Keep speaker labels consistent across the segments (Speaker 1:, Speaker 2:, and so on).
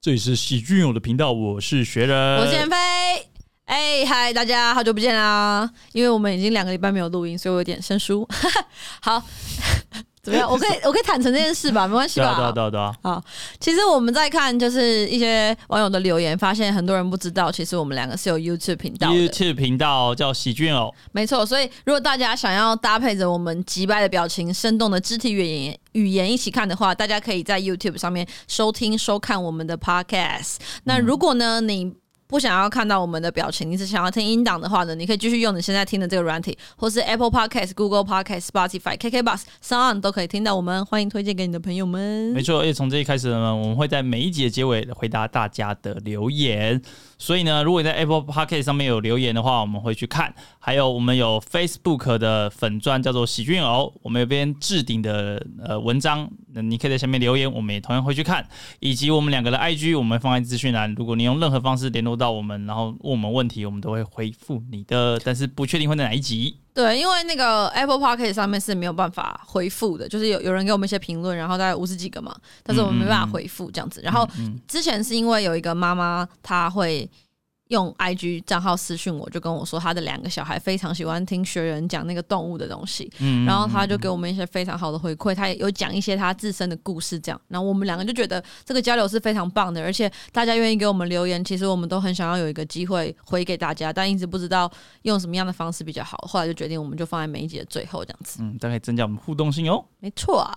Speaker 1: 这里是喜剧有的频道，我是学人，
Speaker 2: 我是袁飞。哎、嗨，大家好久不见啦！因为我们已经两个礼拜没有录音，所以我有点生疏。 好，怎么样？我可以我可以坦诚这件事吧，没关系
Speaker 1: 对啊对
Speaker 2: 吧
Speaker 1: 啊？对啊对啊，
Speaker 2: 好，其实我们在看就是一些网友的留言，发现很多人不知道，其实我们两个是有 YouTube 频道的，
Speaker 1: ，YouTube 频道叫喜剧哦，
Speaker 2: 没错。所以如果大家想要搭配着我们击败的表情、生动的肢体语言语言一起看的话，大家可以在 YouTube 上面收听收看我们的 Podcast。那如果呢，你不想要看到我们的表情，你只想要听音档的话呢，你可以继续用你现在听的这个软体，或是 Apple Podcast、Google Podcast、Spotify、KKBox、Sound 都可以听到我们。欢迎推荐给你的朋友们。
Speaker 1: 没错，而且从这一开始呢，我们会在每一集的结尾回答大家的留言。所以呢，如果你在 Apple p o c k e t 上面有留言的话，我们会去看。还有我们有 Facebook 的粉钻叫做喜剧偶，我们有边置顶的呃文章，那你可以在下面留言，我们也同样会去看。以及我们两个的 IG，我们放在资讯栏。如果你用任何方式联络到我们，然后问我们问题，我们都会回复你的，但是不确定会在哪一集。
Speaker 2: 对，因为那个 Apple p o c k e t 上面是没有办法回复的，就是有有人给我们一些评论，然后大概五十几个嘛，但是我们没办法回复这样子。然后之前是因为有一个妈妈，她会用 IG 账号私讯我，就跟我说她的两个小孩非常喜欢听学人讲那个动物的东西，
Speaker 1: 嗯，
Speaker 2: 然后她就给我们一些非常好的回馈，她也有讲一些她自身的故事这样。然后我们两个就觉得这个交流是非常棒的，而且大家愿意给我们留言，其实我们都很想要有一个机会回给大家，但一直不知道用什么样的方式比较好。后来就决定我们就放在每一集的最后这样子。
Speaker 1: 嗯，大概增加我们互动性哦。
Speaker 2: 没错啊，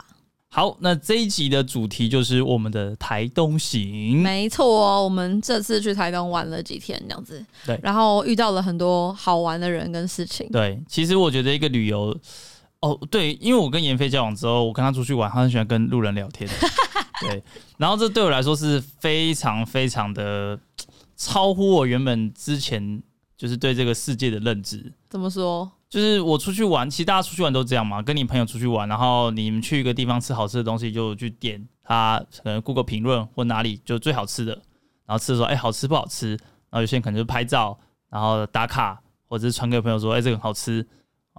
Speaker 1: 好，那这一集的主题就是我们的台东行。
Speaker 2: 没错哦，我们这次去台东玩了几天这样子，
Speaker 1: 对
Speaker 2: 然后遇到了很多好玩的人跟事情。
Speaker 1: 对，其实我觉得一个旅游，哦，对，因为我跟妍飞交往之后，我跟他出去玩，他很喜欢跟路人聊天。对，然后这对我来说是非常非常的超乎我原本之前就是对这个世界的认知。
Speaker 2: 怎么说？
Speaker 1: 就是我出去玩，其实大家出去玩都这样嘛，跟你朋友出去玩，然后你们去一个地方吃好吃的东西，就去点他可能 Google 评论或哪里就最好吃的，然后吃的时候，哎、好吃不好吃？然后有些人可能就拍照，然后打卡，或者是传给朋友说，哎、这个很好吃，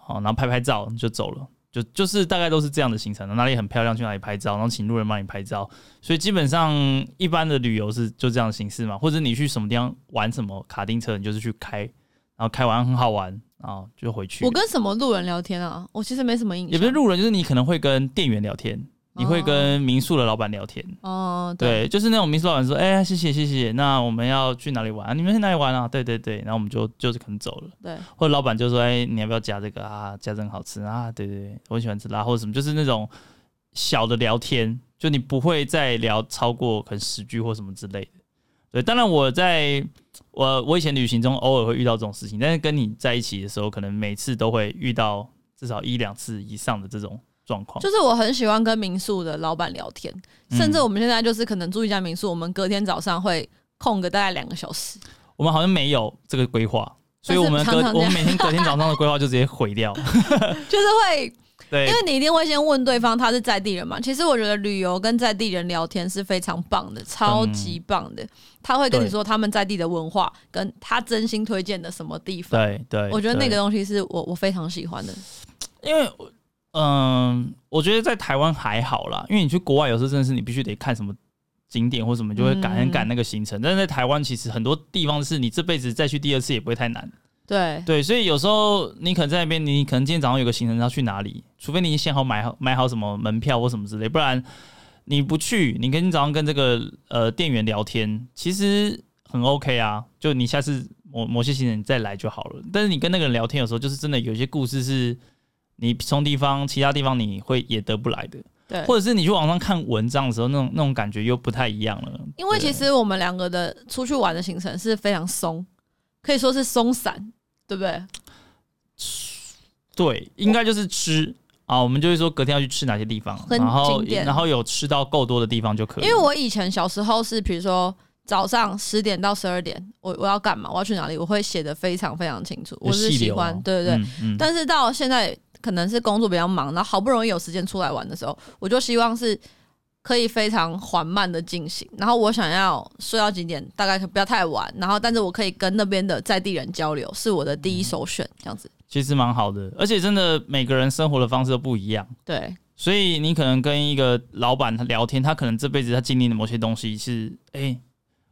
Speaker 1: 哦，然后拍拍照就走了，就就是大概都是这样的行程，哪里很漂亮去哪里拍照，然后请路人帮你拍照，所以基本上一般的旅游是就这样的形式嘛，或者你去什么地方玩什么卡丁车，你就是去开，然后开完很好玩。啊、就回去。
Speaker 2: 我跟什么路人聊天啊？我其实没什么印象。
Speaker 1: 也不是路人，就是你可能会跟店员聊天，你会跟民宿的老板聊天。
Speaker 2: 哦，对，
Speaker 1: 对，就是那种民宿老板说：“哎、谢谢谢谢，那我们要去哪里玩？你们去哪里玩啊？”对对对，然后我们就就是可能走了，
Speaker 2: 对
Speaker 1: 或者老板就说：“哎、你要不要加这个啊？加这个很好吃啊！”对对对，我很喜欢吃辣，或者什么，就是那种小的聊天，就你不会再聊超过可能十句或什么之类的。对，当然我在我我以前旅行中偶尔会遇到这种事情，但是跟你在一起的时候，可能每次都会遇到至少一两次以上的这种状况。
Speaker 2: 就是我很喜欢跟民宿的老板聊天，
Speaker 1: 哦嗯
Speaker 2: 甚至我们现在就是可能住一家民宿，我们隔天早上会空个大概两个小时。
Speaker 1: 我们好像没有这个规划，所以我们
Speaker 2: 但
Speaker 1: 隔
Speaker 2: 是常常这
Speaker 1: 我
Speaker 2: 样
Speaker 1: 们每天隔天早上的规划就直接毁 掉。
Speaker 2: 就是会，
Speaker 1: 对
Speaker 2: 因为你一定会先问对方他是在地人嘛。其实我觉得旅游跟在地人聊天是非常棒的，超级棒
Speaker 1: 嗯
Speaker 2: 的。他会跟你说他们在地的文化，跟他真心推荐的什么地方。
Speaker 1: 对对，
Speaker 2: 我觉得那
Speaker 1: 对
Speaker 2: 个东西是我我非常喜欢的。
Speaker 1: 因为我嗯、我觉得在台湾还好啦，因为你去国外有时候真的是你必须得看什么景点或什么，就会赶很
Speaker 2: 嗯
Speaker 1: 赶那个行程。但是在台湾，其实很多地方是你这辈子再去第二次也不会太难。
Speaker 2: 对
Speaker 1: 对，所以有时候你可能在那边，你可能今天早上有个行程要去哪里，除非你已经先好买好买好什么门票或什么之类，不然你不去，你跟早上跟这个呃店员聊天，其实很 OK 啊。就你下次某某些行程你再来就好了。但是你跟那个人聊天，有时候就是真的有一些故事是你从地方其他地方你会也得不来的，
Speaker 2: 对，
Speaker 1: 或者是你去网上看文章的时候，那种那种感觉又不太一样了。
Speaker 2: 因为
Speaker 1: 对
Speaker 2: 其实我们两个的出去玩的行程是非常松，可以说是松散，对不对？
Speaker 1: 对，应该就是吃啊，我们就会说隔天要去吃哪些地方，
Speaker 2: 很
Speaker 1: 然后
Speaker 2: 经典
Speaker 1: 然后有吃到够多的地方就可以。
Speaker 2: 因为我以前小时候是，比如说早上十点到十二点，我我要干嘛，我要去哪里，我会写的非常非常清楚。我是喜欢，对对对。
Speaker 1: 哦嗯嗯
Speaker 2: 但是到现在可能是工作比较忙，然后好不容易有时间出来玩的时候，我就希望是可以非常缓慢的进行。然后我想要睡到几点，大概不要太晚。然后，但是我可以跟那边的在地人交流，是我的第一首选，这样子。
Speaker 1: 其实蛮好的，而且真的每个人生活的方式都不一样。
Speaker 2: 对，
Speaker 1: 所以你可能跟一个老板他聊天，他可能这辈子他经历的某些东西是，哎、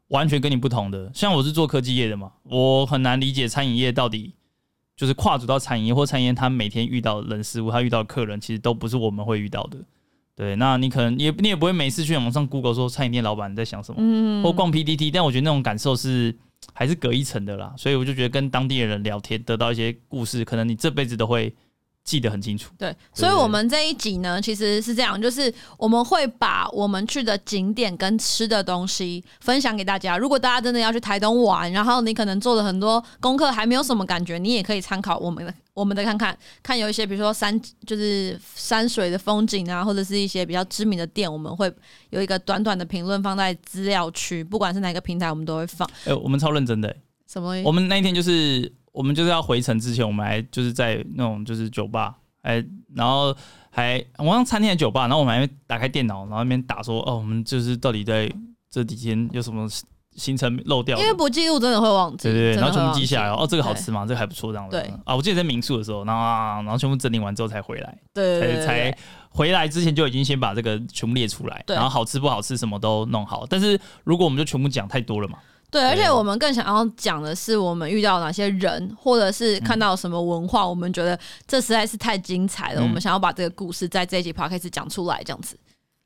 Speaker 1: 完全跟你不同的。像我是做科技业的嘛，我很难理解餐饮业到底就是跨足到餐饮业或餐饮业，他每天遇到的人事物，他遇到的客人，其实都不是我们会遇到的。对，那你可能也你也不会每次去网上 Google 说餐饮店老板在想什么，
Speaker 2: 嗯
Speaker 1: 或逛 PDT，但我觉得那种感受是还是隔一层的啦，所以我就觉得跟当地的人聊天，得到一些故事，可能你这辈子都会记得很清楚。
Speaker 2: 对，所以，我们这一集呢，其实是这样，就是我们会把我们去的景点跟吃的东西分享给大家。如果大家真的要去台东玩，然后你可能做了很多功课，还没有什么感觉，你也可以参考我们的我们的看看，看有一些比如说山，就是山水的风景啊，或者是一些比较知名的店，我们会有一个短短的评论放在资料区，不管是哪个平台，我们都会放。
Speaker 1: 哎、我们超认真的、欸
Speaker 2: 什么？
Speaker 1: 我们那一天就是我们就是要回程之前，我们还就是在那种就是酒吧，哎，然后还我像餐厅的酒吧，然后我们还打开电脑，然后那边打说哦，我们就是到底在这几天有什么行程漏掉的
Speaker 2: 因为不记录真的会忘记，
Speaker 1: 对对对，
Speaker 2: 真
Speaker 1: 然后
Speaker 2: 的会
Speaker 1: 全部
Speaker 2: 忘
Speaker 1: 记
Speaker 2: 记
Speaker 1: 下来哦，哦这个好
Speaker 2: 对
Speaker 1: 吃吗？这个还不错，这样子。
Speaker 2: 对
Speaker 1: 啊，我记得在民宿的时候，然后啊，然后全部整理完之后才回来，
Speaker 2: 对对
Speaker 1: 才
Speaker 2: 对对
Speaker 1: 才回来之前就已经先把这个全部列出来，
Speaker 2: 对
Speaker 1: 然后好吃不好吃什么都弄好。但是如果我们就全部讲太多了嘛，
Speaker 2: 对，而且
Speaker 1: 对
Speaker 2: 我们更想要讲的是，我们遇到哪些人，或者是看到什么文化，我们觉得这实在是太精彩了。
Speaker 1: 嗯
Speaker 2: 我们想要把这个故事在这一集 podcast 讲出来，这样子。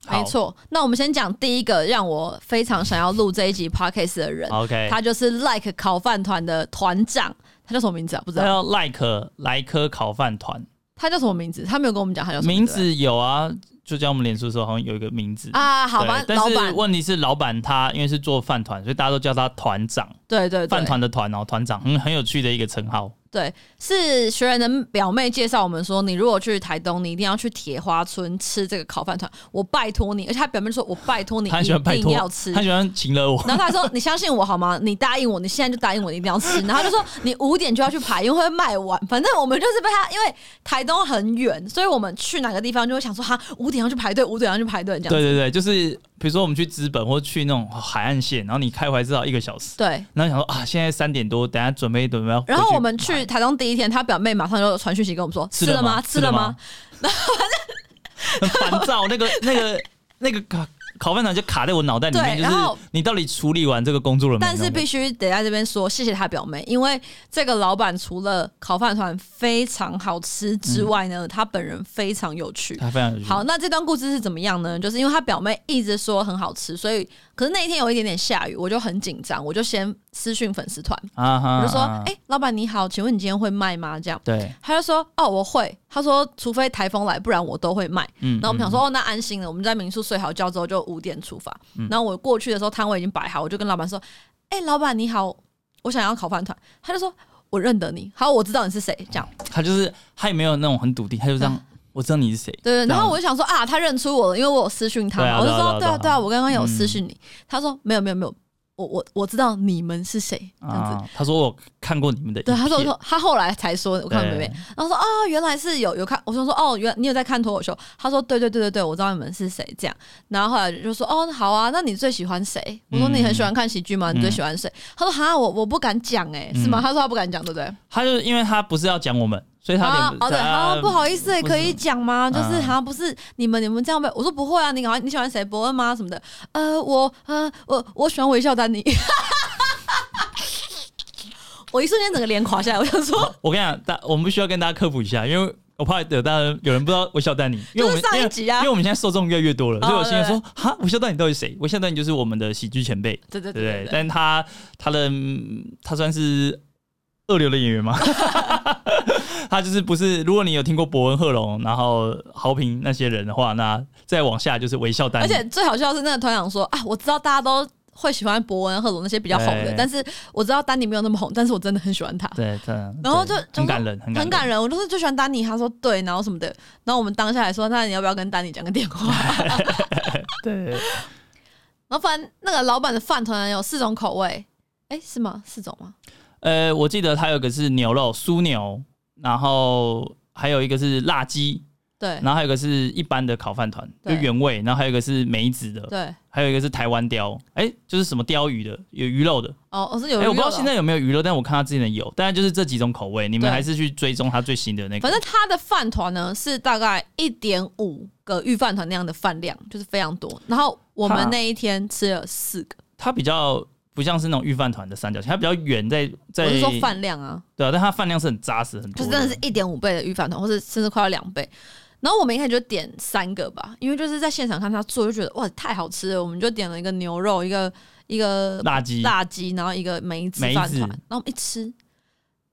Speaker 1: 好
Speaker 2: 没错，那我们先讲第一个让我非常想要录这一集 podcast 的人，
Speaker 1: ，OK，
Speaker 2: 他就是 Like 烤饭团的团长，他叫什么名字啊？不知
Speaker 1: 他
Speaker 2: 道，
Speaker 1: 叫赖可来科烤饭团，
Speaker 2: 他叫什么名字？他没有跟我们讲他叫什么
Speaker 1: 名
Speaker 2: 对
Speaker 1: 字有啊，就叫我们脸书的时候好像有一个名字
Speaker 2: 不对。啊？好吧，
Speaker 1: 对
Speaker 2: 老
Speaker 1: 但是
Speaker 2: 板，
Speaker 1: 问题是老板他因为是做饭团，所以大家都叫他团长，
Speaker 2: 对对
Speaker 1: 饭
Speaker 2: 对，
Speaker 1: 团的团哦，团长，很很有趣的一个称号。
Speaker 2: 对，是学员的表妹介绍我们说，你如果去台东，你一定要去铁花村吃这个烤饭团。我拜托你，而且她表妹说，我拜托你
Speaker 1: 他很
Speaker 2: 一
Speaker 1: 喜欢拜
Speaker 2: 定
Speaker 1: 托
Speaker 2: 要吃。
Speaker 1: 他喜欢请了我。
Speaker 2: 然后她说：“你相信我好吗？你答应我，你现在就答应我，你一定要吃。”然 后她就说：“你五点就要去排，因为会卖完。反正我们就是被她，因为台东很远，所以我们去哪个地方就会想说，哈，五点要去排队，五点要去排队这样
Speaker 1: 对
Speaker 2: 子。
Speaker 1: 对对，就是比如说我们去资本或去那种哦海岸线，然后你开回来至少一个小时，
Speaker 2: 对，
Speaker 1: 然后想说啊，现在三点多，等下准备准备要回
Speaker 2: 然后我们
Speaker 1: 买
Speaker 2: 去台东第一天，她表妹马上就传讯息跟我们说：
Speaker 1: 吃
Speaker 2: 了
Speaker 1: 了
Speaker 2: 吗？
Speaker 1: 吗？
Speaker 2: 吃了吗？？
Speaker 1: 很烦躁，那个那个那个烤烤饭团就卡在我脑袋里面，
Speaker 2: 对
Speaker 1: 就是
Speaker 2: 然后
Speaker 1: 你到底处理完这个工作了没？
Speaker 2: 但是必须得在这边说，谢谢他表妹，因为这个老板除了烤饭团非常好吃之外呢，他本人非常有趣。
Speaker 1: 他非常有趣
Speaker 2: 好，那这段故事是怎么样呢？就是因为他表妹一直说很好吃，所以可是那一天有一点点下雨，我就很紧张，我就先私讯粉丝团，
Speaker 1: 啊哈，
Speaker 2: 我就说：“
Speaker 1: 啊
Speaker 2: 哎、老板你好，请问你今天会卖吗？”这样。
Speaker 1: 对，
Speaker 2: 他就说：“哦，我会。”他说：“除非台风来，不然我都会卖。”
Speaker 1: 嗯，
Speaker 2: 然后我们想说，哦，那安心了。我们在民宿睡好觉之后，就五点出发。
Speaker 1: 嗯
Speaker 2: 然后我过去的时候，摊位已经摆好，我就跟老板说：“哎、老板你好，我想要烤饭团。”他就说：“我认得你，好，我知道你是谁。”这样，
Speaker 1: 嗯他就是他也没有那种很笃定，他就这样，
Speaker 2: 嗯
Speaker 1: 我知道你是谁，
Speaker 2: 对
Speaker 1: 这
Speaker 2: 对。然
Speaker 1: 样
Speaker 2: 后我就想说啊，他认出我了，因为我有私讯他嘛。我
Speaker 1: 对
Speaker 2: 就
Speaker 1: 啊
Speaker 2: 说：“
Speaker 1: 对
Speaker 2: 对啊，
Speaker 1: 啊对啊
Speaker 2: 对啊，我刚刚有私讯你。他说：“没有，没有，没有，我我我知道你们是谁。”这样子。
Speaker 1: 啊，他说我看过你们的影
Speaker 2: 对，
Speaker 1: 片，
Speaker 2: 他说我说他后来才说，我看妹妹
Speaker 1: 对，
Speaker 2: 然后说哦，原来是有有看，我就说哦，原你有在看脱口秀？他说对对对对对，我知道你们是谁这样。然后后来就说哦，好啊，那你最喜欢谁？我说
Speaker 1: 嗯
Speaker 2: 你很喜欢看喜剧吗？你最喜欢谁？他说哈，我我不敢讲哎、是吗？
Speaker 1: 嗯
Speaker 2: 他说他不敢讲，对不对？
Speaker 1: 他就是因为他不是要讲我们，所以他
Speaker 2: 啊
Speaker 1: 有点
Speaker 2: 哦对，啊不好意思欸，
Speaker 1: 不
Speaker 2: 可
Speaker 1: 是
Speaker 2: 以讲吗？就是
Speaker 1: 嗯
Speaker 2: 好像不是你们你们这样呗。我说不会啊，你赶快你喜欢谁？伯恩吗？什么的？呃，我呃我我喜欢微笑丹尼。 我一瞬间整个脸垮下来，我想说，
Speaker 1: 我跟你讲，大我们必须要跟大家科普一下，因为我怕有大家有人不知道微笑丹尼，因为我们
Speaker 2: 就是上一集啊
Speaker 1: 因为因为我们现在受众越来越多了，所以我心里
Speaker 2: 哦
Speaker 1: 说，哈，微笑丹尼到底谁？微笑丹尼就是我们的喜剧前辈，
Speaker 2: 对
Speaker 1: 对
Speaker 2: 对
Speaker 1: 不
Speaker 2: 对对
Speaker 1: 对
Speaker 2: 对？。
Speaker 1: 但他他的嗯他算是二流的演 员吗？他就是不是？如果你有听过伯恩贺龙，然后豪平那些人的话，那再往下就是微笑丹尼，
Speaker 2: 而且最好笑的是，那个团长说啊，我知道大家都会喜欢伯恩、贺龙那些比较红的，
Speaker 1: 对
Speaker 2: 但是我知道丹尼没有那么红，但是我真的很喜欢他，
Speaker 1: 对，真的
Speaker 2: 然后就
Speaker 1: 对
Speaker 2: 就
Speaker 1: 很感人，很
Speaker 2: 很
Speaker 1: 感
Speaker 2: 感
Speaker 1: 人。
Speaker 2: 人。我就是最喜欢丹尼，他说对，然后什么的，然后我们当下来说，那你要不要跟丹尼讲个电话？
Speaker 1: 对，
Speaker 2: 然后反正那个老板的饭团有四种口味，哎，是吗？四种吗？
Speaker 1: 呃，我记得它有个是牛肉酥牛，然后还有一个是辣鸡，
Speaker 2: 对
Speaker 1: 然后还有一个是一般的烤饭团，就
Speaker 2: 对
Speaker 1: 原味，然后还有一个是梅子的，
Speaker 2: 对，
Speaker 1: 还有一个是台湾鲷，哎、就是什么鲷鱼的，有鱼肉的。
Speaker 2: 哦，我是
Speaker 1: 哎、
Speaker 2: 有、
Speaker 1: 我不知道现。在有没有鱼肉，但我看他之前的有，但就是这几种口味，你们
Speaker 2: 对
Speaker 1: 还是去追踪它最新的那个。
Speaker 2: 反正他的饭团呢是大概一点五个预饭团那样的饭量，就是非常多。然后我们
Speaker 1: 哈
Speaker 2: 那一天吃了四个，
Speaker 1: 它比较不不像是那种御饭团的三角形，它比较圆，在在
Speaker 2: 我是说饭量啊，
Speaker 1: 对啊，但它饭量是很扎实，很
Speaker 2: 就
Speaker 1: 多
Speaker 2: 真的是一点五倍的预饭团，或是甚至快要两倍。然后我们一开始就点三个吧，因为就是在现场看他做，就觉得哇太好吃了，我们就点了一个牛肉，一个一个
Speaker 1: 辣鸡，
Speaker 2: 辣鸡，然后一个梅子
Speaker 1: 梅
Speaker 2: 饭
Speaker 1: 子
Speaker 2: 团，然后我们一吃，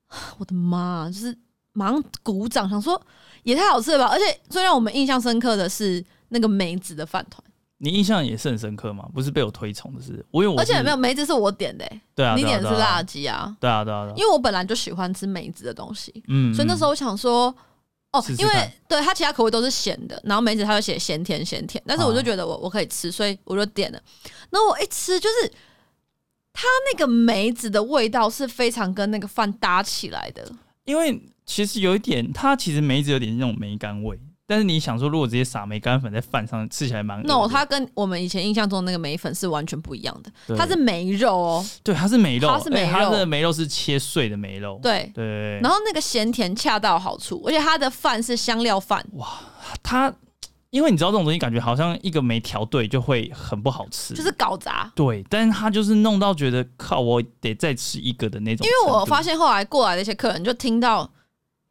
Speaker 2: 啊我的妈，就是马上鼓掌，想说也太好吃了吧！而且最让我们印象深刻的是那个梅子的饭团，
Speaker 1: 你印象也是很深刻嘛？不是被我推崇的是，我因为我
Speaker 2: 而且
Speaker 1: 是
Speaker 2: 没有梅子是我点的、欸
Speaker 1: 对啊，
Speaker 2: 你
Speaker 1: 对啊
Speaker 2: 点的
Speaker 1: 对
Speaker 2: 是
Speaker 1: 啊
Speaker 2: 辣鸡啊，
Speaker 1: 对啊对啊，对啊
Speaker 2: 因为我本来就喜欢吃梅子的东西，
Speaker 1: 嗯，
Speaker 2: 所以那时
Speaker 1: 候
Speaker 2: 候我想说，哦，
Speaker 1: 试试
Speaker 2: 因为
Speaker 1: 看
Speaker 2: 对它其他口味都是咸的，然后梅子它就写咸甜咸甜，但是我就
Speaker 1: 哦
Speaker 2: 觉得我我可以吃，所以我就点了。然后我一吃就是。它那个梅子的味道是非常跟那个饭搭起来的，
Speaker 1: 因为其实有一点，它其实梅子有点那种梅干味，但是你想说，如果直接撒梅干粉在饭上，吃起来蛮恶的
Speaker 2: no，它跟我们以前印象中的那个梅粉是完全不一样的，
Speaker 1: 对
Speaker 2: 它是梅肉哦，
Speaker 1: 对它是梅肉，
Speaker 2: 它是梅
Speaker 1: 而且它
Speaker 2: 肉
Speaker 1: 的梅肉是切碎的梅肉，
Speaker 2: 对，
Speaker 1: 对，
Speaker 2: 然后那个咸甜恰到好处，而且它的饭是香料饭，
Speaker 1: 它因为你知道这种东西，感觉好像一个没调对就会很不好吃，
Speaker 2: 就是搞砸。
Speaker 1: 对，但是他就是弄到觉得靠，我得再吃一个的那种程度。
Speaker 2: 因为我发现后来过来的一些客人就听到，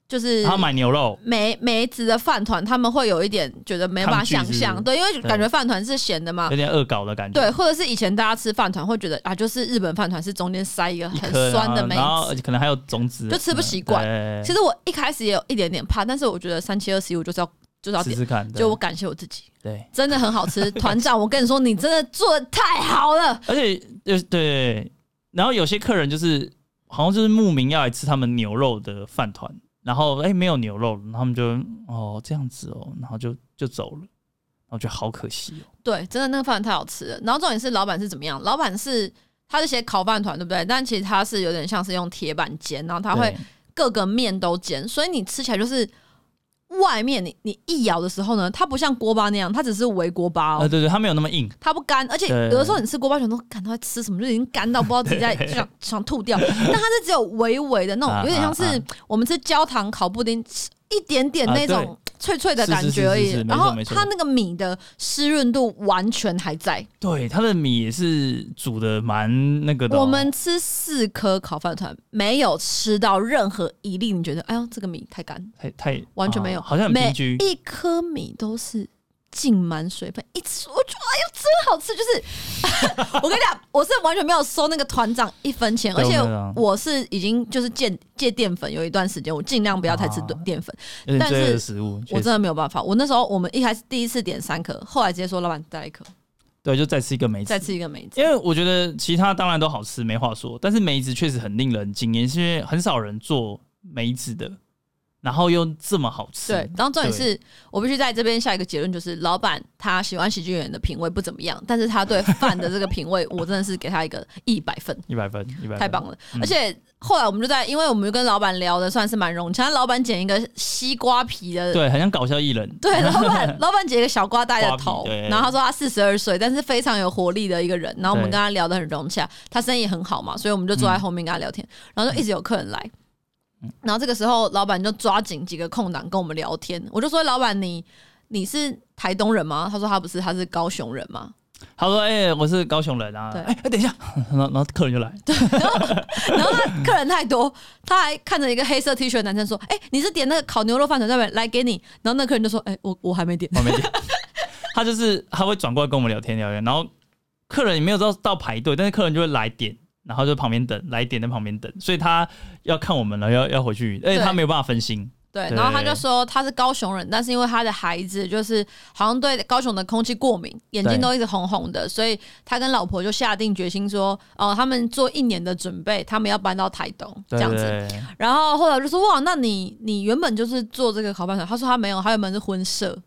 Speaker 2: 就是
Speaker 1: 他买牛肉，
Speaker 2: 梅梅子的饭团，他们会有一点觉得没有办法想象，
Speaker 1: 抗拒是不是
Speaker 2: 对，因为感觉饭团是咸的嘛
Speaker 1: 有，点恶搞的感觉，
Speaker 2: 啊对，，或者是以前大家吃饭团会觉得啊，就是日本饭团是中间塞一个
Speaker 1: 一
Speaker 2: 很
Speaker 1: 颗啊
Speaker 2: 酸的梅
Speaker 1: 然后然后
Speaker 2: 子。
Speaker 1: 可能还有种子，
Speaker 2: 就吃不习惯
Speaker 1: 嗯
Speaker 2: 其
Speaker 1: 对
Speaker 2: 实我一开始也有一点点怕，但是我觉得三七二十一我就是要就是要
Speaker 1: 试
Speaker 2: 点，
Speaker 1: 试看，对
Speaker 2: 就我感谢我自己，
Speaker 1: 对，
Speaker 2: 真的很好吃。团长，我跟你说，你真的做的太好了。
Speaker 1: 而且就是对，然后有些客人就是好像就是慕名要来吃他们牛肉的饭团，然后哎没有牛肉，然后他们就哦这样子哦，然后就就走了，然后觉得好可惜哦，
Speaker 2: 对，真的那个饭团太好吃了。然后重点是老板是怎么样？老板是他是写烤饭团，对不对？但其实他是有点像是用铁板煎，然后他啊会
Speaker 1: 对
Speaker 2: 各个面都煎，所以你吃起来就是外面你你一咬的时候呢，它不像锅巴那样，它只是微锅巴哦。
Speaker 1: 呃对对，他没有那么硬，
Speaker 2: 它不干，而且
Speaker 1: 对
Speaker 2: 有的时候你吃锅巴，想说，感它在吃什么，就已经干到不知道自己在 就想想吐掉。但它是只有微微的那种，
Speaker 1: 啊
Speaker 2: 有点像是
Speaker 1: 啊啊
Speaker 2: 我们吃焦糖烤布丁，吃一点点
Speaker 1: 啊
Speaker 2: 那
Speaker 1: 对
Speaker 2: 种脆脆的
Speaker 1: 是
Speaker 2: 感
Speaker 1: 是
Speaker 2: 觉
Speaker 1: 是
Speaker 2: 而
Speaker 1: 是
Speaker 2: 已
Speaker 1: 是。没
Speaker 2: 然
Speaker 1: 错
Speaker 2: 后
Speaker 1: 没错
Speaker 2: 它那个米的湿润度完全还在。
Speaker 1: 对，它的米也是煮的蛮那个的哦、
Speaker 2: 我们吃四颗烤饭团，没有吃到任何一粒，你觉得，哎呦，这个米太干。
Speaker 1: 太太
Speaker 2: 完全没有
Speaker 1: 啊好像很
Speaker 2: 每
Speaker 1: 平均。
Speaker 2: 一颗米都是浸满水分，一吃我觉得哎呦真好吃，就是我跟你讲，我是 完全没有收那个团长一分钱，而
Speaker 1: 对
Speaker 2: 且
Speaker 1: 我知道
Speaker 2: 我是已经就是戒戒淀粉有一段时间，我尽量不要太吃
Speaker 1: 啊
Speaker 2: 淀粉，
Speaker 1: 有点
Speaker 2: 但
Speaker 1: 罪恶
Speaker 2: 是
Speaker 1: 的食物，确
Speaker 2: 我
Speaker 1: 实
Speaker 2: 真的没有办法。我那时候我们一开始第一次点三颗，后来直接说老板再来一颗，
Speaker 1: 对，就再吃一个梅子
Speaker 2: 再。吃一个梅子。
Speaker 1: 因为我觉得其他当然都好吃，没话说，但是梅子确实很令人惊艳，是因为很少人做梅子的，然后又这么好吃。
Speaker 2: 对，然后重点
Speaker 1: 对
Speaker 2: 是我必须在这边下一个结论，就是老板他喜欢喜剧演员的品味不怎么样，但是他对饭的这个品味，我真的是给他一个一百分。
Speaker 1: 一百分，一百
Speaker 2: 太棒了！
Speaker 1: 嗯
Speaker 2: 而且后来我们就在，因为我们就跟老板聊的算是蛮融洽，他老板剪一个西瓜皮的，
Speaker 1: 对，很像搞笑艺人，
Speaker 2: 对，老 板老板剪一个小瓜呆的
Speaker 1: 瓜
Speaker 2: 头
Speaker 1: 皮对，
Speaker 2: 然后他说他四十二岁，但是非常有活力的一个人。然后我们
Speaker 1: 对
Speaker 2: 跟他聊得很融洽，他生意很好嘛，所以我们就坐在后面跟他聊
Speaker 1: 嗯
Speaker 2: 天，然后就一直有客人来。然后这个时候，老板就抓紧几个空档跟我们聊天。我就说：“老板，你你是台东人吗？”他说：“他不是，他是高雄人嘛。”
Speaker 1: 他说：“哎、我是高雄人啊。
Speaker 2: 对
Speaker 1: 哎、哎等一下， 然后然后客人就来，
Speaker 2: 然后他客人太多，他还看着一个黑色 T 恤的男生说：“哎、你是点那个烤牛肉饭团对不对？来给你。”然后那客人就说：“哎、我我还没点。
Speaker 1: 我没 点。他就是他会转过来跟我们聊天聊天，然后客人也没有到到排队，但是客人就会来点，然后就旁边等，来点在旁边等，所以他要看我们了，要要回去，而且他没有办法分心。”
Speaker 2: 对，
Speaker 1: 对
Speaker 2: 然后他就说他是高雄人，但是因为他的孩子就是好像对高雄的空气过敏，眼睛
Speaker 1: 对
Speaker 2: 都一直红红的，所以他跟老婆就下定决心说：“哦、他们做一年的准备，他们要搬到台东这
Speaker 1: 对
Speaker 2: 样子。
Speaker 1: 对对
Speaker 2: 然后后来我就说：“哇，那你你原本就是做这个烤饭团？”他说：“他没有，他原本是婚摄，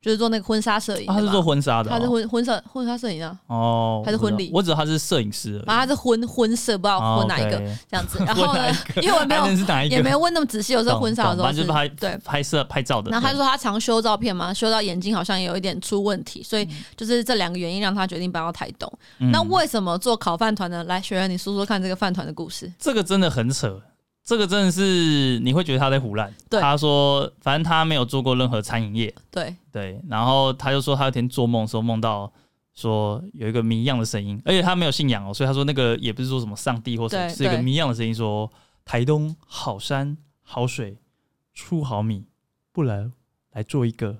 Speaker 2: 就是做那个婚纱摄影的
Speaker 1: 啊
Speaker 2: 嘛、
Speaker 1: 他是做婚纱的哦、
Speaker 2: 他是婚婚摄婚纱摄影啊。”
Speaker 1: 哦，
Speaker 2: 还是
Speaker 1: 我不知
Speaker 2: 婚
Speaker 1: 道
Speaker 2: 礼
Speaker 1: 我只知道他是摄影师而已。
Speaker 2: 反正他是婚婚色，不知道
Speaker 1: 哦
Speaker 2: 婚哪一个、
Speaker 1: OK
Speaker 2: 这 样子。然后呢， 因为我没
Speaker 1: 还
Speaker 2: 有
Speaker 1: 能是哪一个？
Speaker 2: 也没有问那么仔细，有时候
Speaker 1: 懂
Speaker 2: 婚纱有时
Speaker 1: 懂
Speaker 2: 候
Speaker 1: 反正就是是拍
Speaker 2: 对。
Speaker 1: 拍摄拍照的。
Speaker 2: 然后他就
Speaker 1: 对
Speaker 2: 说他常修照片嘛，修到眼睛好像也有一点出问题，所以就是这两个原因让他决定搬到台东。那
Speaker 1: 嗯
Speaker 2: 为什么做烤饭团呢？来，学员你说说看这个饭团的故事。
Speaker 1: 这个真的很扯，这个真的是你会觉得他在胡乱。
Speaker 2: 对
Speaker 1: 他说反正他没有做过任何餐饮业，
Speaker 2: 对，
Speaker 1: 对。然后他就说他有一天做梦的时候梦到说有一个谜一样的声音，而且他没有信仰哦，所以他说那个也不是说什么上帝或什么，
Speaker 2: 对
Speaker 1: 是一个
Speaker 2: 对
Speaker 1: 谜一样的声音说，台东好山好水出好米，不然来做一个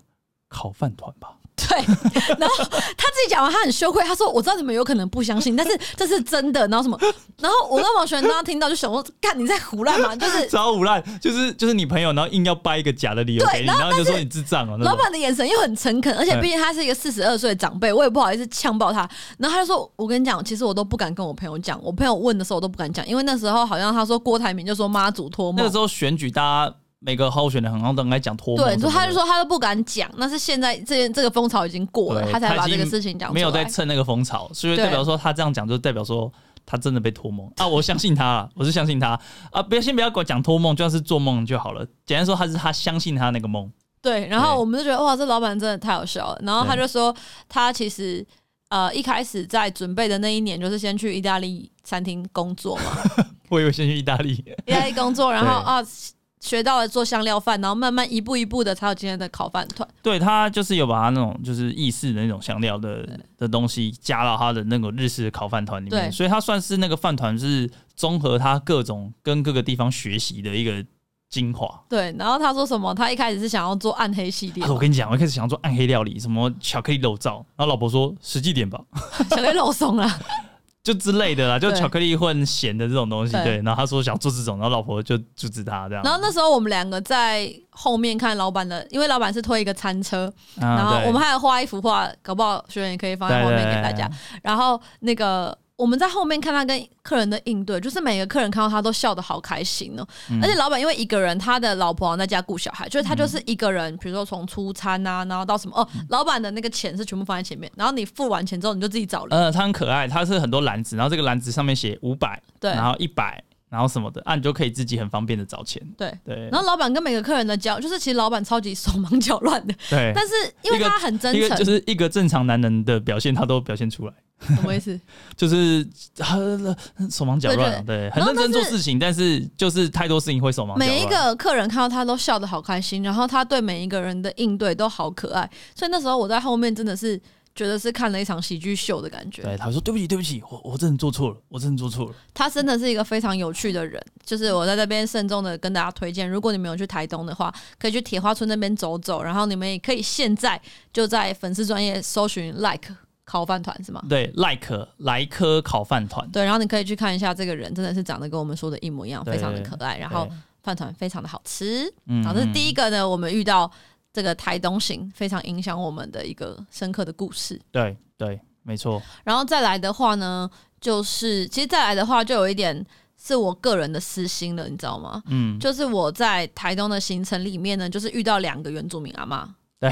Speaker 1: 烤饭团吧。
Speaker 2: 对，然后他自己讲完，他很羞愧，他说：“我知道你们有可能不相信，但是这是真的。”然后什么？然后我跟王璇刚刚听到就想说：“干，你在胡乱吗？”就 是
Speaker 1: 超无赖，就是就是你朋友，然后硬要掰一个假的理由
Speaker 2: 对
Speaker 1: 给你，然后就说你智障哦、那
Speaker 2: 老
Speaker 1: 种
Speaker 2: 板的眼神又很诚恳，而且
Speaker 1: 嗯
Speaker 2: 毕竟他是一个四十二岁的长辈，我也不好意思呛爆他。然后他就说：“我跟你讲，其实我都不敢跟我朋友讲，我朋友问的时候我都不敢讲，因为那时候好像他说郭台铭就说妈祖托
Speaker 1: 那
Speaker 2: 梦
Speaker 1: 个，时候选举，大家每个候选人好像都很爱讲脱毛什
Speaker 2: 对，
Speaker 1: 么的，
Speaker 2: 所以他就说他都不敢讲。那是现在这这个风潮已经过了，
Speaker 1: 对
Speaker 2: 他才把
Speaker 1: 已
Speaker 2: 这
Speaker 1: 经
Speaker 2: 个事情讲出来。
Speaker 1: 没有在蹭那个风潮，所以代表说他这样讲就代表说他真的被托梦啊！我相信他啊，我是相信他啊！不要先不要给我讲托梦，就算是做梦就好了。简单说，他是他相信他那个梦，
Speaker 2: 对，然后
Speaker 1: 对
Speaker 2: 我们就觉得哇，这老板真的太好笑了。然后他
Speaker 1: 对
Speaker 2: 就说，他其实呃一开始在准备的那一年，就是先去意大利餐厅工作嘛，
Speaker 1: 我以为先去意大利，
Speaker 2: 意大利工作，然后
Speaker 1: 对
Speaker 2: 啊学到了做香料饭，然后慢慢一步一步的才有今天的烤饭团。
Speaker 1: 对他就是有把他那种就是意式的那种香料的的东西加到他的那个日式烤饭团里
Speaker 2: 对
Speaker 1: 面，所以他算是那个饭团是综合他各种跟各个地方学习的一个精华。
Speaker 2: 对，然后他说什么？他一开始是想要做暗黑系列
Speaker 1: 啊、，我跟你讲，我一开始想要做暗黑料理，什么巧克力肉燥，然后老婆说实际点吧，
Speaker 2: 想被肉松 啊啦。
Speaker 1: 就之类的啦，就
Speaker 2: 对
Speaker 1: 巧克力混咸的这种东西，
Speaker 2: 对
Speaker 1: 对。然后他说想做这种，然后老婆就阻止他这样。
Speaker 2: 然后那时候我们两个在后面看老板的，因为老板是推一个餐车，
Speaker 1: 啊
Speaker 2: 然后
Speaker 1: 对
Speaker 2: 我们还有画一幅画，搞不好学员也可以放在画面给大家
Speaker 1: 对。
Speaker 2: 然后那个我们在后面看他跟客人的应对，就是每个客人看到他都笑得好开心哦。
Speaker 1: 嗯
Speaker 2: 而且老板因为一个人，他的老婆好像在家顾小孩，就是他
Speaker 1: 嗯
Speaker 2: 就是一个人，比如说从出餐啊，然后到什么哦，老板的那个钱是全部放在前面，然后你付完钱之后你就自己找零。
Speaker 1: 呃，他很可爱，他是很多篮子，然后这个篮子上面写五百，
Speaker 2: 对
Speaker 1: 然后一百，然后什么的，啊，你就可以自己很方便的找钱，
Speaker 2: 对。
Speaker 1: 对
Speaker 2: 然后老板跟每个客人的交，就是其实老板超级手忙脚乱的，
Speaker 1: 对。
Speaker 2: 但是因为
Speaker 1: 一个
Speaker 2: 他很真
Speaker 1: 一个
Speaker 2: 诚，
Speaker 1: 就是一个正常男人的表现，他都表现出来，
Speaker 2: 什么意思？
Speaker 1: 就是啊手忙脚乱啊，对，很认真
Speaker 2: 然后但
Speaker 1: 做
Speaker 2: 是
Speaker 1: 事情，但是就是太多事情会手忙脚乱。
Speaker 2: 每一个客人看到他都笑得好开心，然后他对每一个人的应对都好可爱，所以那时候我在后面真的是觉得是看了一场喜剧秀的感觉。
Speaker 1: 对，他说对不起，对不起，我我真的做错了，我真的做错了。
Speaker 2: 他真的是一个非常有趣的人，就是我在这边慎重的跟大家推荐，如果你们有去台东的话，可以去铁花村那边走走，然后你们也可以现在就在粉丝专业搜寻 like 烤饭团是吗？
Speaker 1: 对，like 莱科烤饭团，
Speaker 2: 对，然后你可以去看一下这个人，真的是长得跟我们说的一模一样，
Speaker 1: 对
Speaker 2: 非常的可爱，然后
Speaker 1: 对
Speaker 2: 饭团非常的好吃。
Speaker 1: 嗯
Speaker 2: 好，这是第一
Speaker 1: 个。
Speaker 2: 个呢，我们遇到这个台东行非常影响我们的一个深刻的故事。
Speaker 1: 对对，没错。
Speaker 2: 然后再来的话呢，就是其实再来的话，就有一点是我个人的私心了，你知道吗？
Speaker 1: 嗯，
Speaker 2: 就是我在台东的行程里面呢，就是遇到两个原住民阿嬷。
Speaker 1: 对。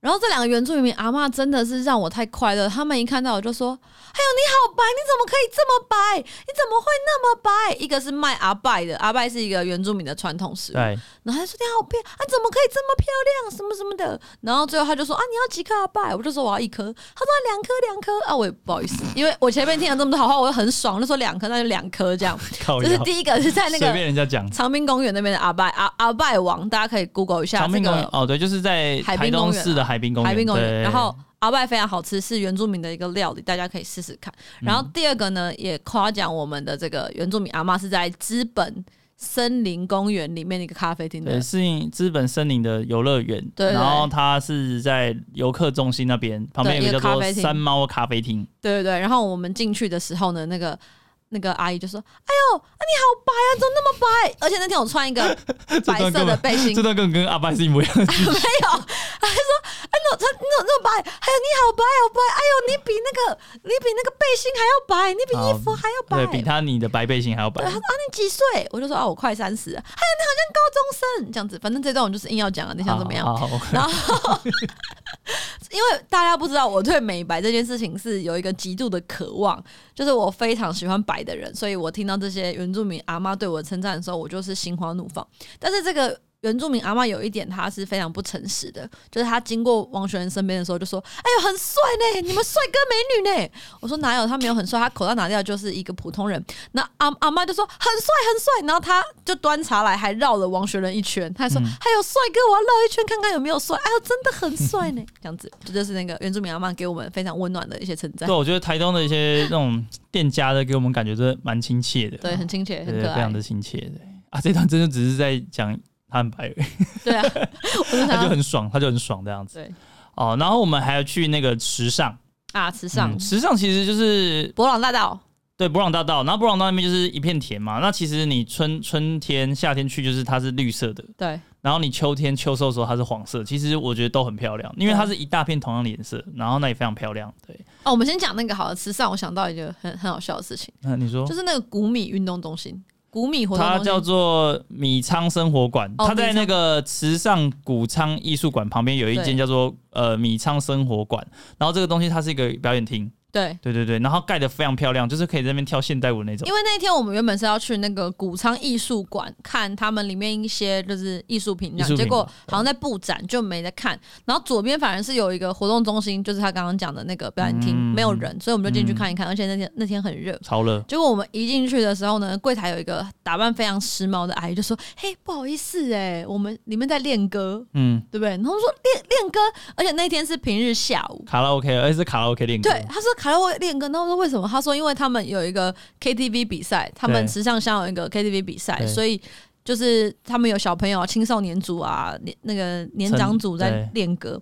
Speaker 2: 然后这两个原住民阿嬷真的是让我太快乐，他们一看到我就说：“哎呦，你好白，你怎么可以这么白？你怎么会那么白？”一个是卖阿拜的，阿拜是一个原住民的传统食物，
Speaker 1: 对，
Speaker 2: 然后他说你好漂啊，怎么可以这么漂亮，什么什么的。然后最后他就说啊，你要几颗啊，拜？我就说我要一颗。他说两颗两颗啊，我也不好意思，因为我前面听了这么多好话，我就很爽，我就说两颗那就两颗这样。
Speaker 1: 靠
Speaker 2: 这是
Speaker 1: 腰
Speaker 2: 第一个是在那
Speaker 1: 哦随
Speaker 2: 个
Speaker 1: 便人家讲。
Speaker 2: 长滨公园那边的阿拜阿阿拜王，大家可以 Google 一下
Speaker 1: 长
Speaker 2: 这
Speaker 1: 滨公园
Speaker 2: 个
Speaker 1: 哦，对，就是在
Speaker 2: 海
Speaker 1: 台
Speaker 2: 滨公
Speaker 1: 东
Speaker 2: 园啊
Speaker 1: 市的海滨公园，
Speaker 2: 海滨公园。
Speaker 1: 对
Speaker 2: 然后阿拜非常好吃，是原住民的一个料理，大家可以试试看。
Speaker 1: 嗯
Speaker 2: 然后第二个呢，也夸奖我们的这个原住民阿妈是在资本森林公园里面的一个咖啡厅
Speaker 1: 对，
Speaker 2: 的。
Speaker 1: 是资本森林的游乐园，
Speaker 2: 对对
Speaker 1: 然后它是在游客中心那边，旁边有
Speaker 2: 一个
Speaker 1: 叫
Speaker 2: 咖
Speaker 1: 做
Speaker 2: 啡厅
Speaker 1: 山猫咖啡厅，
Speaker 2: 对对对，然后我们进去的时候呢，那个那个阿姨就说：“哎呦，啊你好白啊，怎么那么白？”而且那天我穿一个 白色的背心，
Speaker 1: 这段跟跟阿拜是一模一样的。
Speaker 2: 没 有，还说：“哎那他那那么白，还有你好白好白，哎呦你比那个你比那个背心还要白，你比衣服还要白。
Speaker 1: 啊对比他你的白背心还要白
Speaker 2: 对，他，说啊你几岁？我就说啊我快三十，哎呀你好像高中生这样子，反正这段我就是硬要讲啊，你想怎么样？
Speaker 1: 好好好
Speaker 2: 然后，因为大家不知道，我对美白这件事情是有一个极度的渴望，就是我非常喜欢白的人，所以我听到这些原住民阿妈对我的称赞的时候，我就是心花怒放。但是这个。原住民阿嬷有一点她是非常不诚实的，就是她经过王学仁身边的时候就说：“哎呦，很帅呢，你们帅哥美女呢。” 我说哪有，他没有很帅，他口罩拿掉就是一个普通人。那阿阿妈就说很帅很帅，然后他就端茶来，还绕了王学仁一圈，他还
Speaker 1: 嗯
Speaker 2: 说、还有帅哥，我要绕一圈看看有没有帅。哎 呦，真的很帅呢， 这样子，这就是那个原住民阿妈给我们非常温暖的一些称赞
Speaker 1: 对，，我觉得台东的一些那种店家的，给我们感觉真的蛮亲切的，
Speaker 2: 对，很亲切，
Speaker 1: 对，
Speaker 2: 很可
Speaker 1: 非
Speaker 2: 爱
Speaker 1: 常，的亲切的啊。这段真的只是在讲他很 白而已，
Speaker 2: 对啊，我
Speaker 1: 他就
Speaker 2: 就想要
Speaker 1: 很爽，他就很爽这样子
Speaker 2: 对
Speaker 1: 哦。然后我们还要去那个池上，
Speaker 2: 啊，时尚
Speaker 1: 嗯池上其实就是
Speaker 2: 博朗大道，
Speaker 1: 对博朗大道，然后博朗大道那边就是一片田嘛。那其实你春春天、夏天去，就是它是绿色的，
Speaker 2: 对
Speaker 1: 然后你秋天秋收的时候它是黄色，其实我觉得都很漂亮，因为
Speaker 2: 啊
Speaker 1: 它是一大片同样的颜色，然后那也非常漂亮。对，
Speaker 2: 哦，我们先讲那个好了，时尚，我想到一个很很好笑的事情，
Speaker 1: 那你说
Speaker 2: 就，是那个谷米运动中心，谷米活动
Speaker 1: 它
Speaker 2: 中心
Speaker 1: 叫做米仓生活馆，
Speaker 2: 哦
Speaker 1: 它在那个池上谷仓艺术馆旁边有一
Speaker 2: 对
Speaker 1: 间叫做呃米仓生活馆，然后这个东西它是一个表演厅，
Speaker 2: 对。
Speaker 1: 对对对，然后盖的非常漂亮，就是可以在那边跳现代舞那种
Speaker 2: 因。为那天我们原本是要去那个谷仓艺术馆看他们里面一些就是艺术品这
Speaker 1: 艺术品
Speaker 2: 样，
Speaker 1: 嗯
Speaker 2: 结果好像在布展就没得看。然后左边反而是有一个活动中心，就是他刚刚讲的那个表演厅，
Speaker 1: 嗯
Speaker 2: 没有人，所以我们就进去看一看。而且那天那天很热。
Speaker 1: 超热，
Speaker 2: 结果我们一进去的时候呢，柜台有一个打扮非常时髦的阿姨就说：“嘿，不好意思哎、我们里面在练歌，
Speaker 1: 嗯，
Speaker 2: 对不对？”然后我说练练歌，而且那天是平日下午，
Speaker 1: 卡拉 OK，而且是卡拉 OK 练歌，
Speaker 2: 对，他说卡拉 OK 练歌，那我说为什么？他说因为他们有一个 KTV 比赛，他们
Speaker 1: 对
Speaker 2: 时尚乡有一个 KTV 比赛，
Speaker 1: 对
Speaker 2: 所以就是他们有小朋友、青少年组啊，年那个年长组在
Speaker 1: 对
Speaker 2: 练歌，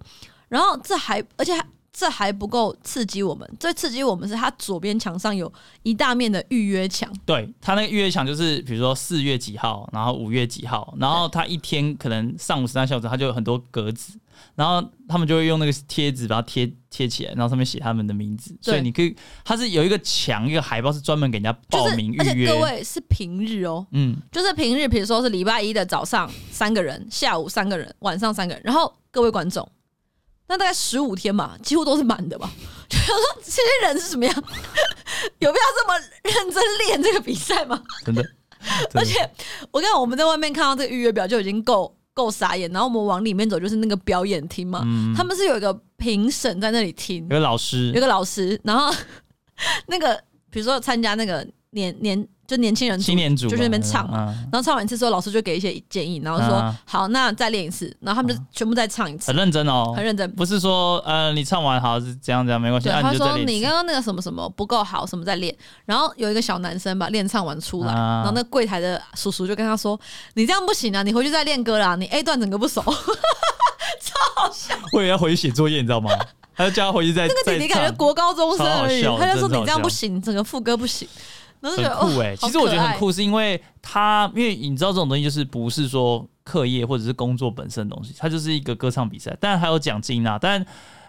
Speaker 2: 然后这还而且还这还不够刺激我们，最刺激我们是他左边墙上有一大面的预约墙，
Speaker 1: 对他那个预约墙就是，比如说四月几号，然后五月几号，然后他一天可能上午十三小时，他就有很多格子，然后他们就会用那个贴纸把它贴贴起来，然后上面写他们的名字，
Speaker 2: 对
Speaker 1: 所以你可以，它是有一个墙，一个海报是专门给人家报
Speaker 2: 就是
Speaker 1: 名
Speaker 2: 而
Speaker 1: 预
Speaker 2: 且各
Speaker 1: 约，
Speaker 2: 位是平日哦，
Speaker 1: 嗯，
Speaker 2: 就是平日，比如说是礼拜一的早上三个人，下午三个人，晚上三个人，然后各位观众，那大概十五天嘛， 几乎都是满的吧。就想说这些人是什么样？ 有必要这么认真练这个比赛吗？
Speaker 1: 真的，真的
Speaker 2: 而且我看我们在外面看到这个预约表就已经够够傻眼，然后我们往里面走就是那个表演厅嘛，
Speaker 1: 嗯，
Speaker 2: 他们是有一个评审在那里听
Speaker 1: 有，个老师
Speaker 2: 有，个老师，然后 那个比如说参加那个年年就年轻人组
Speaker 1: 青年组
Speaker 2: 就去那边唱
Speaker 1: 嘛，
Speaker 2: 嘛，
Speaker 1: 嗯
Speaker 2: 然后唱完一次之后，老师就给一些建议，然后说、
Speaker 1: 啊
Speaker 2: 好，那再练一次，然后他们就全部再唱一次，
Speaker 1: 很认真哦
Speaker 2: 很，认真。
Speaker 1: 不是说呃你唱完好是怎样怎样没关系，
Speaker 2: 对，
Speaker 1: 那
Speaker 2: 他
Speaker 1: 你就再
Speaker 2: 说
Speaker 1: 练
Speaker 2: 你
Speaker 1: 一次
Speaker 2: 刚刚那个什么什么不够好，什么再练。然后有一个小男生把练唱完出来，
Speaker 1: 啊
Speaker 2: 然后那柜台的叔叔就跟他说：“你这样不行啊，你回去再练歌啦，你 A 段整个不熟。
Speaker 1: 我以为要回去写作业，你知道 吗？他就叫他回去再”
Speaker 2: 那
Speaker 1: 再
Speaker 2: 弟弟感觉
Speaker 1: 唱
Speaker 2: 国高中生而已，
Speaker 1: 超好笑
Speaker 2: 他就说：“
Speaker 1: 真的
Speaker 2: 你
Speaker 1: 超
Speaker 2: 这样不行，整个副歌不行。”然后就觉得
Speaker 1: 很酷
Speaker 2: 哦
Speaker 1: 哎、
Speaker 2: 好
Speaker 1: 其实我觉得
Speaker 2: 可爱
Speaker 1: 很酷，是因为它，因为你知道这种东西就是不是说课业或者是工作本身的东西，它就是一个歌唱比赛，但还有奖金啊，但。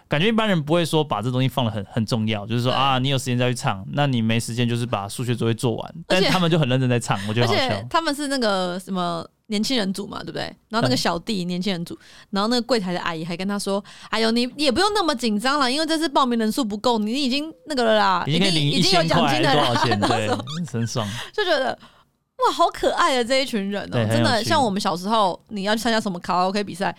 Speaker 1: 感觉一般人不会说把这东西放的很很重要，就是说
Speaker 2: 对
Speaker 1: 啊，你有时间再去唱，那你没时间就是把数学作业做完。
Speaker 2: 而
Speaker 1: 但
Speaker 2: 且
Speaker 1: 他们就很认真在唱，我觉
Speaker 2: 而
Speaker 1: 得好
Speaker 2: 且
Speaker 1: 笑。
Speaker 2: 他们是那个什么年轻人组嘛，对不对？然后那个
Speaker 1: 嗯
Speaker 2: 小弟年轻人组，然后那个柜台的阿姨还跟他说：“哎呦，你也不用那么紧张了，因为这次报名人数不够，你已经那个了啦，
Speaker 1: 已经可以领
Speaker 2: 已
Speaker 1: 一
Speaker 2: 经有
Speaker 1: 千
Speaker 2: 奖
Speaker 1: 块，
Speaker 2: 金的
Speaker 1: 多
Speaker 2: 啦。
Speaker 1: 少钱？
Speaker 2: 然后
Speaker 1: 对
Speaker 2: 说，
Speaker 1: 很爽。
Speaker 2: 就觉得。哇，好可爱的这一群人哦、
Speaker 1: 对很
Speaker 2: 真
Speaker 1: 有
Speaker 2: 的
Speaker 1: 趣
Speaker 2: 像我们小时候，你要去参加什么卡拉 OK 比赛，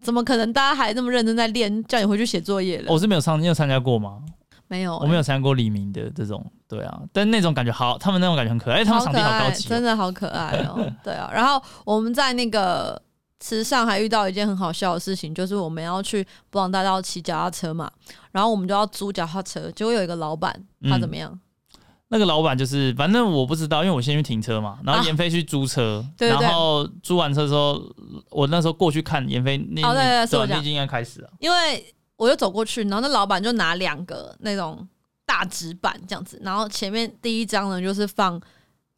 Speaker 2: 怎么可能大家还那么认真在练，叫你回去写作业了？
Speaker 1: 我是没有参，你有参加过吗？
Speaker 2: 哦没有、
Speaker 1: 哦我没有参加过黎明的这种，对啊。但那种感觉好，他们那种感觉很可爱，而且他们场地好高级哦、
Speaker 2: 真的好可爱哦、 对啊，然后我们在那个池上还遇到一件很好笑的事情，就是我们要去布朗大道骑脚踏车嘛，然后我们就要租脚踏车，结果有一个老板
Speaker 1: 嗯
Speaker 2: 他怎么样？
Speaker 1: 那个老板就是，反正我不知道，因为我先去停车嘛，然后
Speaker 2: 啊
Speaker 1: 妍飞去租车，
Speaker 2: 对对对
Speaker 1: 然后租完车之后，我那时候过去看妍飞，那
Speaker 2: 哦对对对
Speaker 1: 那
Speaker 2: 是我
Speaker 1: 对
Speaker 2: 讲
Speaker 1: 那已经应该开始了，
Speaker 2: 因为我就走过去，然后那老板就拿两个那种大纸板这样子，然后前面第一张呢就是放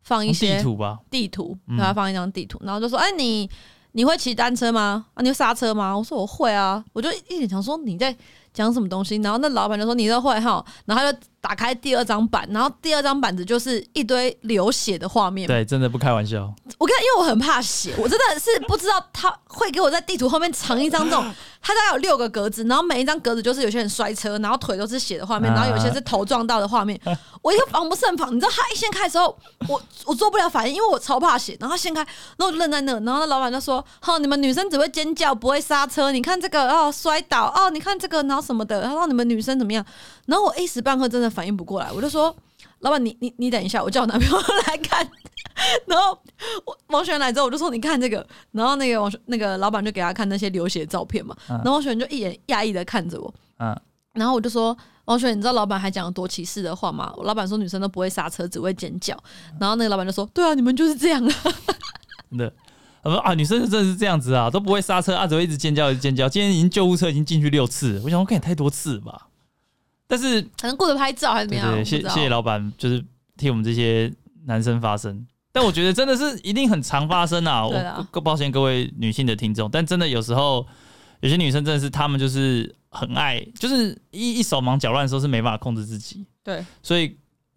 Speaker 2: 放一些
Speaker 1: 地图吧，
Speaker 2: 地图，
Speaker 1: 嗯
Speaker 2: 然后放一张地图，然后就说：“哎，你你会骑单车吗？啊，你会刹车吗？”我说：“我会啊。”我就一脸想说：“你在讲什么东西，然后那老板就说你这会哈，然后他就打开第二张板，然后第二张板子就是一堆流血的画面。
Speaker 1: 对，真的不开玩笑。
Speaker 2: 我跟他，因为我很怕血，我真的是不知道他会给我在地图后面藏一张这种，他大概有六个格子，然后每一张格子就是有些人摔车，然后腿都是血的画面，
Speaker 1: 啊
Speaker 2: 然后有些是头撞到的画面。 我一个防不胜防，你知道他一掀开的时候，我我做不了反应，因为我超怕血。然后他掀开，然后我就愣在那，然后那老板就说：“哦，你们女生只会尖叫，不会刹车。你看这个哦，摔倒哦，你看这个，然后什么的。”他说：“你们女生怎么样？”然后我一时半刻真的反应不过来，我就说：“老板，你你你等一下，我叫我男朋友来看。” 然后我王璇来之后，我就说你看这个，然后那个王璇那个老板就给他看那些流血照片嘛，
Speaker 1: 嗯
Speaker 2: 然后王璇就一眼讶异的看着我，
Speaker 1: 嗯，
Speaker 2: 然后我就说王璇，你知道老板还讲了多歧视的话吗？我老板说女生都不会刹车，只会尖叫，然后那个老板就说对啊，你们就是这样啊，
Speaker 1: 真的。他说啊，女生真的是这样子啊，都不会刹车，啊，只会一直尖叫，一直尖叫。今天已经救护车已经进去六次，我想我看也太多次了吧。但是
Speaker 2: 可能顾着拍照还是怎么
Speaker 1: 对
Speaker 2: 样，
Speaker 1: 对，谢谢谢
Speaker 2: 老
Speaker 1: 老板，就是替我们这些男生发声。但我觉得真的是一定很常发生啊，我
Speaker 2: 对啊
Speaker 1: 不抱歉各位女性的听众，但真的有时候有些女生真的是她们就是很爱，就是一一手忙脚乱的时候是没办法控制自己，
Speaker 2: 对
Speaker 1: 所以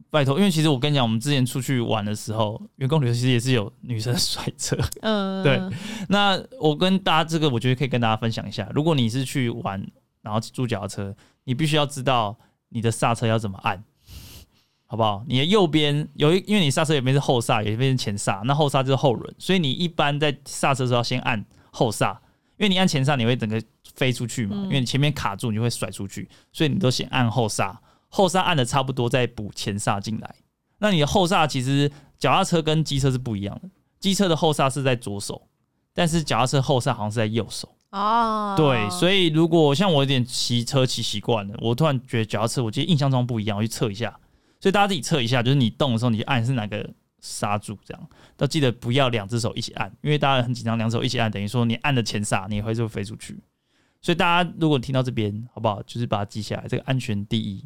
Speaker 1: 拜托，因为其实我跟你讲，我们之前出去玩的时候，员工旅游其实也是有女生 摔车，
Speaker 2: 嗯
Speaker 1: 对那我跟大家这个，我觉得可以跟大家分享一下。如果你是去玩，然后租脚踏车，你必须要知道你的刹车要怎么按，好不好？你的右边有一，因为你刹车有一边是后刹，有一边是前刹，那后刹就是后轮，所以你一般在刹车的时候要先按后刹，因为你按前刹你会整个飞出去嘛，
Speaker 2: 嗯
Speaker 1: 因为你前面卡住，你就会甩出去，所以你都先按后刹，后刹按的差不多再补前刹进来。那你的后刹其实脚踏车跟机车是不一样的，机车的后刹是在左手，但是脚踏车后刹好像是在右手。
Speaker 2: 啊，
Speaker 1: 对，
Speaker 2: 以
Speaker 1: 所以如果像我有点骑车骑习惯了，我突然觉得脚踏车，我记得印象中不一样，我去测一下。所以大家自己测一下，就是你动的时候，你就按是哪个刹住，这样。要记得不要两只手一起按，因为大家很紧张，两手一起按，等于说你按了前刹，你会就飞出去。所以大家如果听到这边，好不好？就是把它记下来，这个安全第一。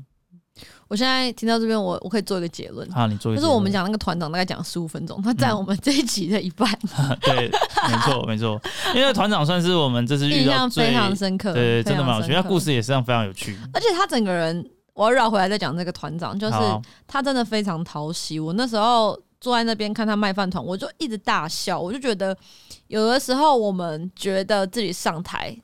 Speaker 2: 我现在听到这边，我我可以做一个结论。
Speaker 1: 啊，你做一
Speaker 2: 就
Speaker 1: 个
Speaker 2: 是我们
Speaker 1: 结嗯
Speaker 2: 讲那个团长大概讲十五分钟，他占我们这一集的一半，
Speaker 1: 论 对，没 错没错，因为团长算是我们这次遇
Speaker 2: 印
Speaker 1: 到
Speaker 2: 象
Speaker 1: 最
Speaker 2: 非常深刻。
Speaker 1: 对，真的蛮有趣，
Speaker 2: 非
Speaker 1: 他
Speaker 2: 常深刻
Speaker 1: 故事也是非常非常有趣。
Speaker 2: 而且他整个人，我要绕回来再讲这个团长，就是
Speaker 1: 好啊
Speaker 2: 他真的非常讨喜。我那时候坐在那边看他卖饭团，我就一直大笑，我就觉得有的时候我们觉得自己上台。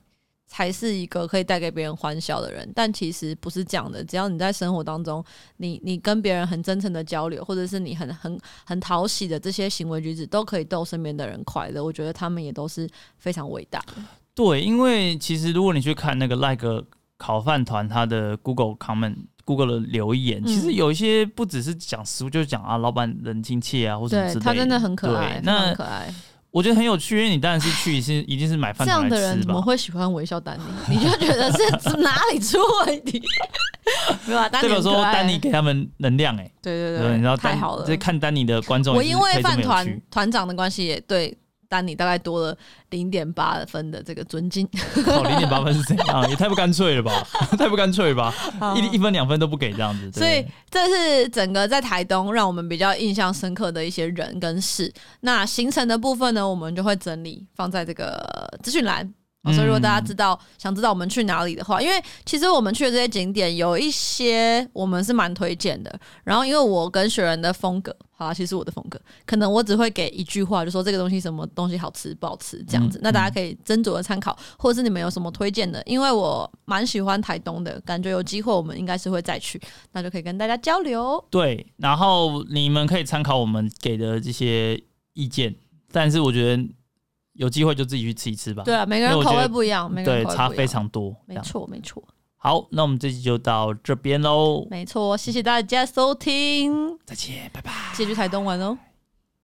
Speaker 2: 才是一个可以带给别人欢笑的人，但其实不是这样的。只要你在生活当中，你你跟别人很真诚的交流，或者是你很很很讨喜的这些行为举止，都可以逗身边的人快乐。我觉得他们也都是非常伟大的。
Speaker 1: 对，因为其实如果你去看那个 like 烤饭团，它的 Google comment、Google 的留言，
Speaker 2: 嗯
Speaker 1: 其实有一些不只是讲食物，就是讲啊，老板人亲切啊，或者
Speaker 2: 对
Speaker 1: 之类
Speaker 2: 他真的很可
Speaker 1: 对
Speaker 2: 爱，非常
Speaker 1: 那
Speaker 2: 可爱。
Speaker 1: 我觉得很有趣，因为你当然是去是一定是买饭
Speaker 2: 这样
Speaker 1: 团
Speaker 2: 的
Speaker 1: 来
Speaker 2: 人
Speaker 1: 吃
Speaker 2: 怎么
Speaker 1: 吧。
Speaker 2: 会喜欢微笑丹尼？ 你就觉得是哪里出问题？ 没有啊，丹
Speaker 1: 代
Speaker 2: 尼
Speaker 1: 表
Speaker 2: 很可
Speaker 1: 说
Speaker 2: 爱
Speaker 1: 丹尼，给他们能量哎、
Speaker 2: 对
Speaker 1: 你
Speaker 2: 对
Speaker 1: 知道
Speaker 2: 对，
Speaker 1: 丹
Speaker 2: 太好了
Speaker 1: 这。看丹尼的观众
Speaker 2: 我
Speaker 1: 也
Speaker 2: 因
Speaker 1: 是可
Speaker 2: 为
Speaker 1: 以这么
Speaker 2: 饭
Speaker 1: 有
Speaker 2: 团
Speaker 1: 趣
Speaker 2: 团长的关系，也对丹尼大概多了零点八分的这个尊敬。
Speaker 1: 考零点八分是怎样？也太不干脆了吧， 太不干脆了 吧，一一分两分都不给这样子。对
Speaker 2: 嗯所以这是整个在台东让我们比较印象深刻的一些人跟事。那行程的部分呢，我们就会整理放在这个资讯栏。哦
Speaker 1: 嗯
Speaker 2: 所以如果大家知道、想知道我们去哪里的话，因为其实我们去的这些景点有一些我们是蛮推荐的。然后因为我跟雪人的风格，好啦，其实我的风格可能我只会给一句话，就说这个东西什么东西好吃不好吃这样子。
Speaker 1: 嗯
Speaker 2: 那大家可以斟酌的参考，或者是你们有什么推荐的？因为我蛮喜欢台东的，感觉有机会我们应该是会再去。那就可以跟大家交流。
Speaker 1: 对，然后你们可以参考我们给的这些意见，但是我觉得有机会就自己去吃一吃吧。
Speaker 2: 对啊，每个人
Speaker 1: 因为我
Speaker 2: 口
Speaker 1: 觉
Speaker 2: 味
Speaker 1: 得
Speaker 2: 不一样，每个
Speaker 1: 对，
Speaker 2: 人口味
Speaker 1: 差
Speaker 2: 不一
Speaker 1: 非
Speaker 2: 样，
Speaker 1: 常多。这
Speaker 2: 没
Speaker 1: 样
Speaker 2: 错，没错，
Speaker 1: 好，那我们这期就到这边喽，
Speaker 2: 没错。谢谢大家收听，
Speaker 1: 再见，拜拜。
Speaker 2: 继续台东玩哦。